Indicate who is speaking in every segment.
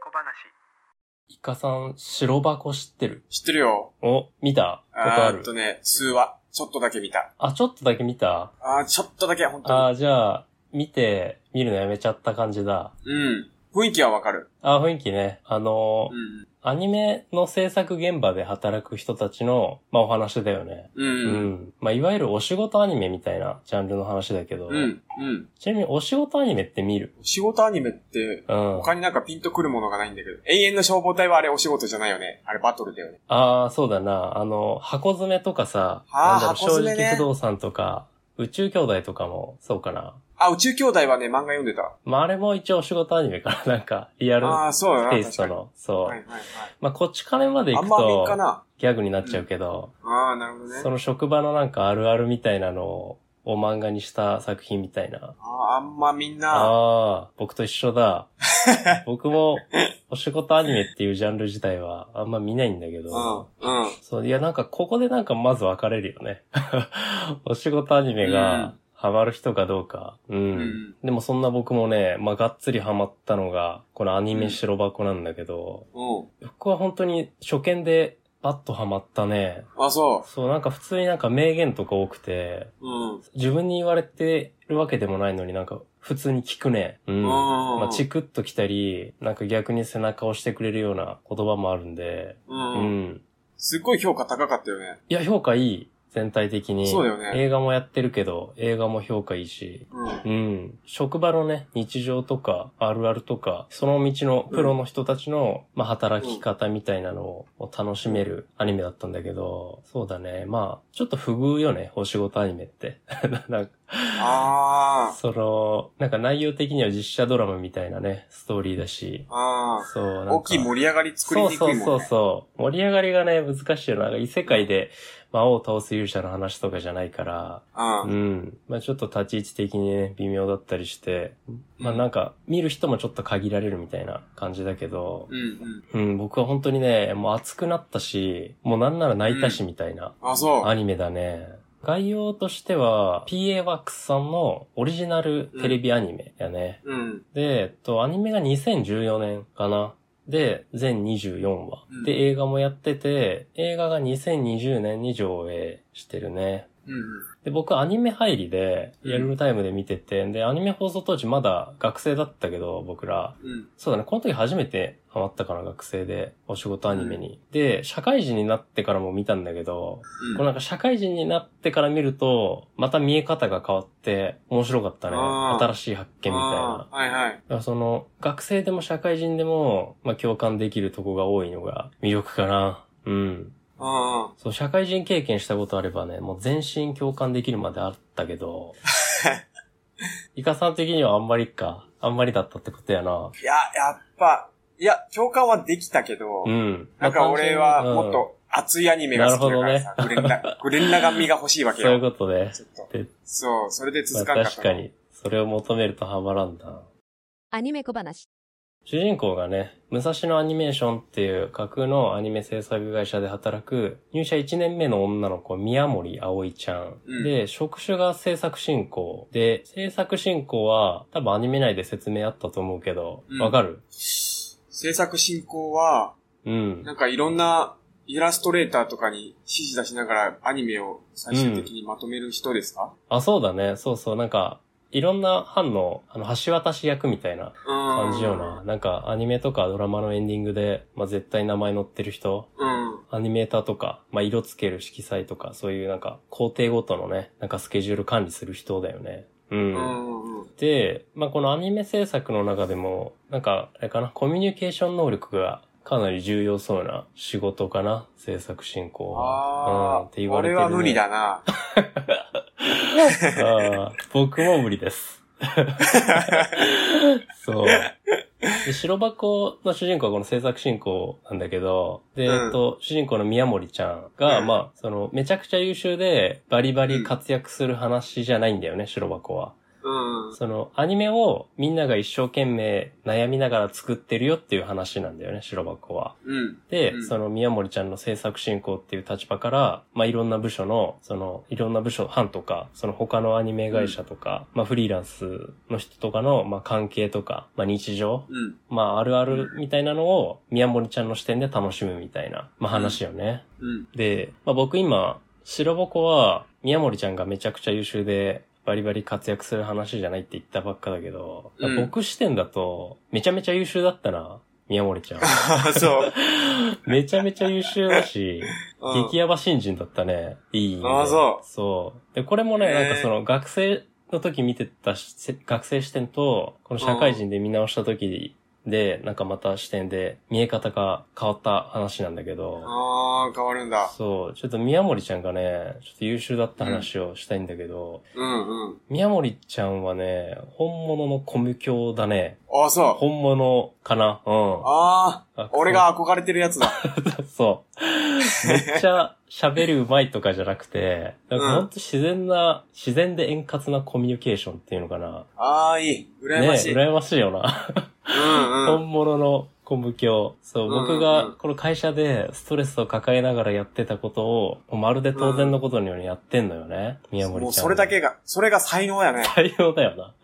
Speaker 1: 小話。
Speaker 2: イカさん、白箱知ってる
Speaker 3: 知ってるよ。
Speaker 2: お、見たことあ
Speaker 3: あー
Speaker 2: る
Speaker 3: っとね、数話。ちょっとだけ見た。
Speaker 2: あ、ちょっとだけ見た
Speaker 3: あーちょっとだけ、本当
Speaker 2: あー、じゃあ、見て、見るのやめちゃった感じだ。
Speaker 3: に。うん。雰囲気はわかる。
Speaker 2: あー、雰囲気ね。あの
Speaker 3: う
Speaker 2: ー
Speaker 3: ん。
Speaker 2: アニメの制作現場で働く人たちの、まあ、お話だよね。
Speaker 3: う。
Speaker 2: うんまあ、いわゆるお仕事アニメみたいなジャンルの話だけど。
Speaker 3: うん。うん。
Speaker 2: ちなみに、お仕事アニメって見る
Speaker 3: 仕事アニメって、
Speaker 2: うん。
Speaker 3: 他になんかピンとくるものがないんだけど。永遠の消防隊はあれお仕事じゃないよね。あれバトルだよね。
Speaker 2: ああ、そうだな。あの、箱詰めとかさ、
Speaker 3: あー
Speaker 2: なんだろう、
Speaker 3: 箱詰めね
Speaker 2: 正直不動産とか、宇宙兄弟とかも、そうかな。
Speaker 3: あ、宇宙兄弟はね、漫画読んでた。
Speaker 2: まあ、あれも一応お仕事アニメから、なんか、リアル
Speaker 3: ああ、そうだ
Speaker 2: ス
Speaker 3: な。
Speaker 2: ペー
Speaker 3: 確
Speaker 2: スと
Speaker 3: かに。
Speaker 2: の、そう。
Speaker 3: はいはい
Speaker 2: まあ、こっち金まで
Speaker 3: はい。あん
Speaker 2: 行く
Speaker 3: ま見んか
Speaker 2: と、
Speaker 3: な。
Speaker 2: ギャグになっちゃうけど、
Speaker 3: ああ、なるほどね
Speaker 2: そ。の職場のなんかあるあるみたいなのを、を漫画にした作品みたいな。
Speaker 3: あーあんまみんな。
Speaker 2: ああー、僕と一 緒だ。僕も、お仕事アニメっていうジャンル自体は、あんま見ないんだけ
Speaker 3: う
Speaker 2: ど、
Speaker 3: ん。うん。
Speaker 2: そう、いや、なんか、ここでなんか、まず分かれるよね。 お仕事アニメが、ハマる人かどうか。うん。
Speaker 3: ん
Speaker 2: でも、そんな僕もね、まあ、がっつりハマったのが、このアニメ白箱なんだけど、
Speaker 3: うん。
Speaker 2: 僕は本当に、初見で、バッとハマったね。
Speaker 3: あ、そ
Speaker 2: そう、なんか、普通になんか、名言とか多くて、
Speaker 3: う。うん。
Speaker 2: 自分に言われてるわけでもないのになんか、普通に聞くね。うん。
Speaker 3: うん
Speaker 2: まあ、チクッときたり、なんか逆に背中を押してくれるような言葉もあるんで、
Speaker 3: う。
Speaker 2: うんん。
Speaker 3: すっごい評価高かったよね。
Speaker 2: いや、評価いい。全体的に。
Speaker 3: そうだよね
Speaker 2: 映画もやってるけど、映画も評価いいし。
Speaker 3: うん。
Speaker 2: うん。職場のね、日常とか、あるあるとか、その道のプロの人たちの、まあ、働き方みたいなのをを楽しめるアニメだったんだけど、そうだね。まあ、ちょっと不遇よね、お仕事アニメって。 なんか、
Speaker 3: あ
Speaker 2: その、なんか内容的には実写ドラマみたいなね、ストーリーだし
Speaker 3: あ。。あ
Speaker 2: そう、なん
Speaker 3: あ。
Speaker 2: か。
Speaker 3: 大きい盛り上がり作りにくいもんね。
Speaker 2: そうそうそうそう。盛り上がりがね、難しいよな。なんか異世界で魔王を倒す勇者の話とかじゃないから、
Speaker 3: うん。
Speaker 2: うん。まあちょっと立ち位置的にね、微妙だったりして、まあなんか、見る人もちょっと限られるみたいな感じだけど、
Speaker 3: うんうん。
Speaker 2: うん、僕は本当にね、もう熱くなったし、もうなんなら泣いたしみたいな
Speaker 3: あ、そう。
Speaker 2: アニメだね。概要としては、PA ワックスさんのオリジナルテレビアニメやね。
Speaker 3: うん。
Speaker 2: で、えっと、アニメが2014年かな。で、全24話。
Speaker 3: うん
Speaker 2: で、映画もやってて、映画が2020年に上映してるね。
Speaker 3: うん。
Speaker 2: で、僕アニメ入りで、
Speaker 3: うん
Speaker 2: リアルタイムで見てて、で、アニメ放送当時まだ学生だったけど、僕ら。
Speaker 3: うん。
Speaker 2: そうだね、この時初めてハマったかな、学生で、お仕事アニメに。で、社会人になってからも見たんだけど、こ
Speaker 3: う。
Speaker 2: うんなんか社会人になってから見ると、また見え方が変わって、面白かったね。
Speaker 3: あー
Speaker 2: 新しい発見みたいな
Speaker 3: あ。ーはいはい。
Speaker 2: だからその、学生でも社会人でも、まあ、共感できるとこが多いのが魅力かな。うん。
Speaker 3: あ
Speaker 2: そう、社会人経験したことあればね、もう全身共感できるまであったけど、イカさん的にはあんまりか、あんまりだったってことやな。
Speaker 3: あ。いや、やっぱ、いや、共感はできたけど、
Speaker 2: うん。
Speaker 3: なんか俺は
Speaker 2: まあ
Speaker 3: もっ、と熱いアニメが好きだからさ、グレン ラ、グレンラガン味が欲しいわ
Speaker 2: 単
Speaker 3: け
Speaker 2: 純にうんそういう
Speaker 3: よ。
Speaker 2: ことね。
Speaker 3: ちょっと
Speaker 2: で。
Speaker 3: そう、それで
Speaker 2: ま
Speaker 3: 続
Speaker 2: あ、
Speaker 3: かなかっ
Speaker 2: 確
Speaker 3: た。
Speaker 2: かに、それを求めるとハマらんだ。
Speaker 4: アニメ小話。
Speaker 2: 主人公がね、武蔵野アニメーションっていう架空のアニメ制作会社で働く入社1年目の女の子、宮森葵ちゃん。
Speaker 3: うん
Speaker 2: で、職種が制作進行。で、制作進行は多分アニメ内で説明あったと思うけど
Speaker 3: う、ん
Speaker 2: わ、かる
Speaker 3: 制作進行は、
Speaker 2: うん。
Speaker 3: なんかいろんなイラストレーターとかに指示出しながらアニメを最終的にまとめる人ですか
Speaker 2: あ、そうだね。そうそう。なんか、いろんな班の、あの、橋渡し役みたいな
Speaker 3: うん。
Speaker 2: 感じよな。なんか、アニメとかドラマのエンディングで、まあ、絶対名前載ってる人
Speaker 3: うん。
Speaker 2: アニメーターとか、まあ、色つける色彩とか、そういうなんか、工程ごとのね、なんかスケジュール管理する人だよね。うん。
Speaker 3: うん。うん。
Speaker 2: で、まあ、このアニメ制作の中でも、なんか、あれかな、コミュニケーション能力がかなり重要そうな仕事かな、制作進行は。うん、
Speaker 3: あ
Speaker 2: って言
Speaker 3: あ、
Speaker 2: われ
Speaker 3: 俺
Speaker 2: てる、ね。
Speaker 3: は無理だな。
Speaker 2: ああ、僕も無 理です。そう。で白箱の主人公はこの制作進行なんだけど、で、
Speaker 3: うん
Speaker 2: えっと、主人公の宮森ちゃんが、
Speaker 3: うん
Speaker 2: まあ、その、めちゃくちゃ優秀で、バリバリ活躍する話じゃないんだよね、白箱は。
Speaker 3: ううん。
Speaker 2: その、アニメをみんなが一生懸命悩みながら作ってるよっていう話なんだよね、白箱は。
Speaker 3: うん。
Speaker 2: で、
Speaker 3: うん
Speaker 2: その宮森ちゃんの制作進行っていう立場から、まあ、いろんな部署の、その、いろんな部署、班とか、その他のアニメ会社とか、まあ、フリーランスの人とかの、まあ、関係とか、まあ、日常、
Speaker 3: うん。
Speaker 2: まあ、あるあるみたいなのを、宮森ちゃんの視点で楽しむみたいな、まあ、話よね。
Speaker 3: うん。
Speaker 2: で、まあ、僕今、白箱は、宮森ちゃんがめちゃくちゃ優秀で、バリバリ活躍する話じゃないって言ったばっかだけど、
Speaker 3: うん
Speaker 2: 僕視点だと、めちゃめちゃ優秀だったな、宮森ちゃん。
Speaker 3: あそう。
Speaker 2: めちゃめちゃ優秀だし、
Speaker 3: うん
Speaker 2: 激ヤバ新人だったね。いい意味で。
Speaker 3: あそう
Speaker 2: そう。で、これもね、
Speaker 3: へ
Speaker 2: な
Speaker 3: ー
Speaker 2: んかその学生の時見てたしせ学生視点と、この社会人で見直した時で、なんかまた視点で見え方が変わった話なんだけど、
Speaker 3: ああ、変わるんだ。
Speaker 2: そう、ちょっと宮森ちゃんがね、ちょっと優秀だった話をしたいんだけど、
Speaker 3: うんうん。
Speaker 2: 宮森ちゃんはね、本物のコミュ教だね。
Speaker 3: ああ、そう。
Speaker 2: 本物かなうん。
Speaker 3: あ
Speaker 2: あ
Speaker 3: あ、俺が憧れてるやつだ。
Speaker 2: そう。めっちゃ喋るうまいとかじゃなくて、なんかほんと自然な、自然で円滑なコミュニケーションっていうのかな。
Speaker 3: ああ、いい。羨
Speaker 2: ね
Speaker 3: ましい。
Speaker 2: 羨ましいよな。
Speaker 3: うんうん。
Speaker 2: 本物の小武教。そう、
Speaker 3: うんうんうん
Speaker 2: 僕がこの会社でストレスを抱えながらやってたことを、もうまるで当然のことのようにやってんのよね。宮森ちゃん。
Speaker 3: もうそれだ。けが、それが才能やね。
Speaker 2: 対応だよな。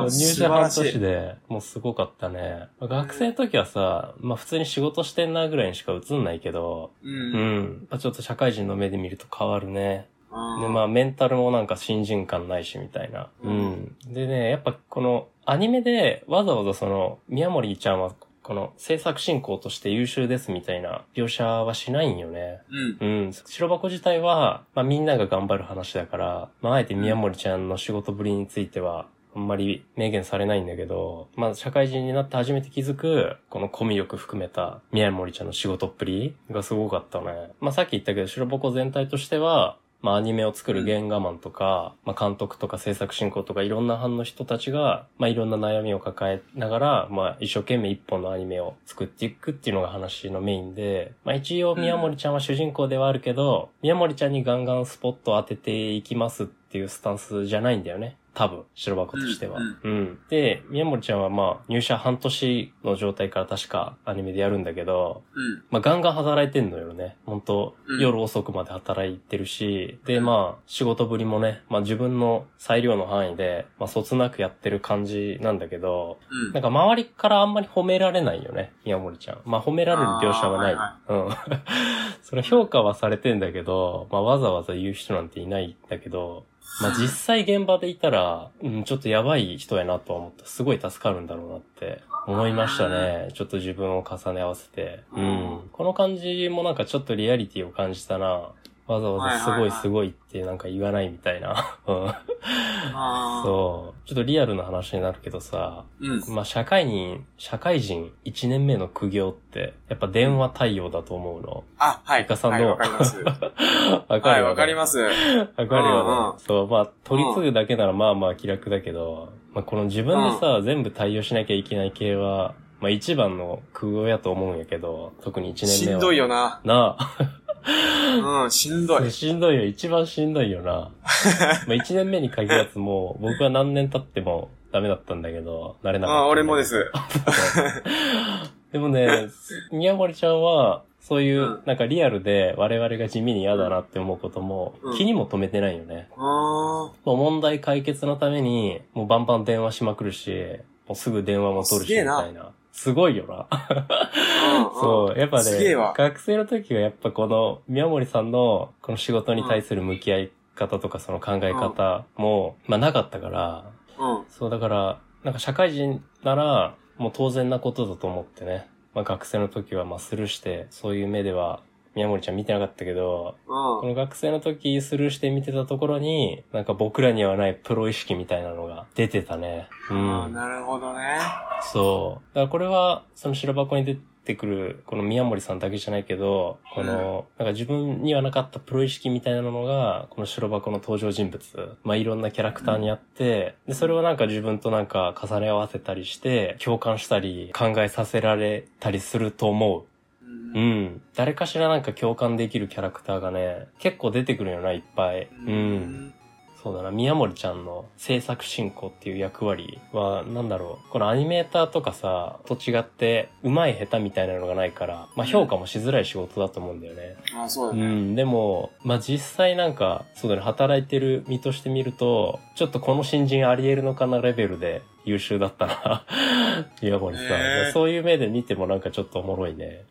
Speaker 3: うん。
Speaker 2: 入
Speaker 3: 素
Speaker 2: 社
Speaker 3: 晴
Speaker 2: 半
Speaker 3: らし
Speaker 2: 年
Speaker 3: い。
Speaker 2: で、もうすごかったね。学生の時はさ、まあ普通に仕事してんなぐらいにしか映んないけど、
Speaker 3: う。
Speaker 2: うんん。まあ、ちょっと社会人の目で見ると変わるね。
Speaker 3: うん
Speaker 2: で、まあ、メンタルもなんか新人感ないし、みたいな。うん。でね、やっぱこの、アニメでわざわざその、宮森ちゃんは、この制作進行として優秀ですみたいな描写はしないんよね。
Speaker 3: うん。
Speaker 2: うん。白箱自体は、まあみんなが頑張る話だから、まああえて宮森ちゃんの仕事ぶりについては、あんまり明言されないんだけど、まあ社会人になって初めて気づく、このコミュ力含めた宮森ちゃんの仕事っぷりがすごかったね。まあさっき言ったけど、白箱全体としては、まあアニメを作る原画マンとか、まあ監督とか制作進行とかいろんな班の人たちが、まあいろんな悩みを抱えながら、まあ一生懸命一本のアニメを作っていくっていうのが話のメインで、まあ一応宮森ちゃんは主人公ではあるけど、宮森ちゃんにガンガンスポットを当てていきますっていうスタンスじゃないんだよね。多分、白箱としては。
Speaker 3: うん
Speaker 2: うん。で、宮森ちゃんはまあ入社半年の状態から確かアニメでやるんだけど、
Speaker 3: うん。
Speaker 2: まあ、ガンガン働いてんのよね。本当
Speaker 3: うん
Speaker 2: 夜遅くまで働いてるし、で、まあ、仕事ぶりもね、まあ自分の裁量の範囲で、まあ、そつなくやってる感じなんだけど、
Speaker 3: うん
Speaker 2: なんか周りからあんまり褒められないよね、宮森ちゃん。まあ、褒められる描写はない。
Speaker 3: あ
Speaker 2: うん。 その評価はされてんだけど、まあ、わざわざ言う人なんていないんだけど、まあ、実際現場でいたら、うん、ちょっとやばい人やなとは思った。すごい助かるんだろうなって思いましたね。ちょっと自分を重ね合わせて。うん。この感じもなんかちょっとリアリティを感じたな。わざわざす
Speaker 3: はい
Speaker 2: ご
Speaker 3: はいいはい
Speaker 2: すごいってなんか言わないみたいな。うん。
Speaker 3: あー。
Speaker 2: そう。ちょっとリアルな話になるけどさ、
Speaker 3: うん。
Speaker 2: まあ、社会人、社会人1年目の苦行って、やっぱ電話対応だと思うの。
Speaker 3: あ、はい。
Speaker 2: イカさん
Speaker 3: はい、
Speaker 2: の
Speaker 3: わかります。は
Speaker 2: わかる
Speaker 3: い、
Speaker 2: よ、ね。
Speaker 3: わかります。
Speaker 2: わかる
Speaker 3: うん
Speaker 2: よ
Speaker 3: う
Speaker 2: ね。そう、まあ、取り継ぐだけならまあまあ気楽だけど、まあ、この自分でさ、全部対応しなきゃいけない系は、まあ一番の苦行やと思うんやけど、特に1年
Speaker 3: し
Speaker 2: 目は。
Speaker 3: んどい。よな。
Speaker 2: なあ。
Speaker 3: うん、しんどい。
Speaker 2: しんどいよ。一番しんどいよな。まあ一年目に限らずもう、僕は何年経ってもダメだったんだけど、慣れなかった
Speaker 3: あ
Speaker 2: んだけど。
Speaker 3: 俺もです。、
Speaker 2: でもね、宮森ちゃんは、そういううんなんかリアルで我々が地味に嫌だなって思うことも
Speaker 3: う、ん
Speaker 2: 気にも留めてないよね。
Speaker 3: あ
Speaker 2: もう問題解決のために、もうバンバン電話しまくるし、もうすぐ電話も取る
Speaker 3: すげ
Speaker 2: し、み
Speaker 3: えな
Speaker 2: たいな。すごいよな。
Speaker 3: あ。うん
Speaker 2: そう。やっぱ
Speaker 3: すげ
Speaker 2: ね
Speaker 3: えわ、
Speaker 2: 学生の時はやっぱこの、宮森さんの、この仕事に対する向き合い方とかその考え方も、まあなかったから、
Speaker 3: うん。うん。
Speaker 2: そう、だから、なんか社会人なら、もう当然なことだと思ってね。まあ学生の時はまあスルーして、そういう目では、宮森ちゃん見てなかったけど、
Speaker 3: うん
Speaker 2: こ。の学生の時スルーして見てたところに、なんか僕らにはないプロ意識みたいなのが出てたね。う
Speaker 3: あー
Speaker 2: ん。
Speaker 3: なるほどね。
Speaker 2: そう。だからこれは、その白箱に出てくる、この宮森さんだけじゃないけど、この、なんか自分にはなかったプロ意識みたいなのが、この白箱の登場人物、まあいろんなキャラクターにあって、で、それをなんか自分となんか重ね合わせたりして、共感したり、考えさせられたりすると思う。
Speaker 3: うん
Speaker 2: うん。誰かしらなんか共感できるキャラクターがね、結構出てくるよな、いっぱい。うん。そうだな、宮森ちゃんの制作進行っていう役割は、なんだろう、このアニメーターとかさ、と違って、上手い下手みたいなのがないから、まあ評価もしづらい仕事だと思うんだよね。
Speaker 3: ああ、そうだ
Speaker 2: う
Speaker 3: ね。
Speaker 2: ん、でも、まあ実際なんか、そうだね、働いてる身として見ると、ちょっとこの新人ありえるのかなレベルで優秀だったな、宮森さん、
Speaker 3: へえ
Speaker 2: そういう目で見てもなんかちょっとおもろいね。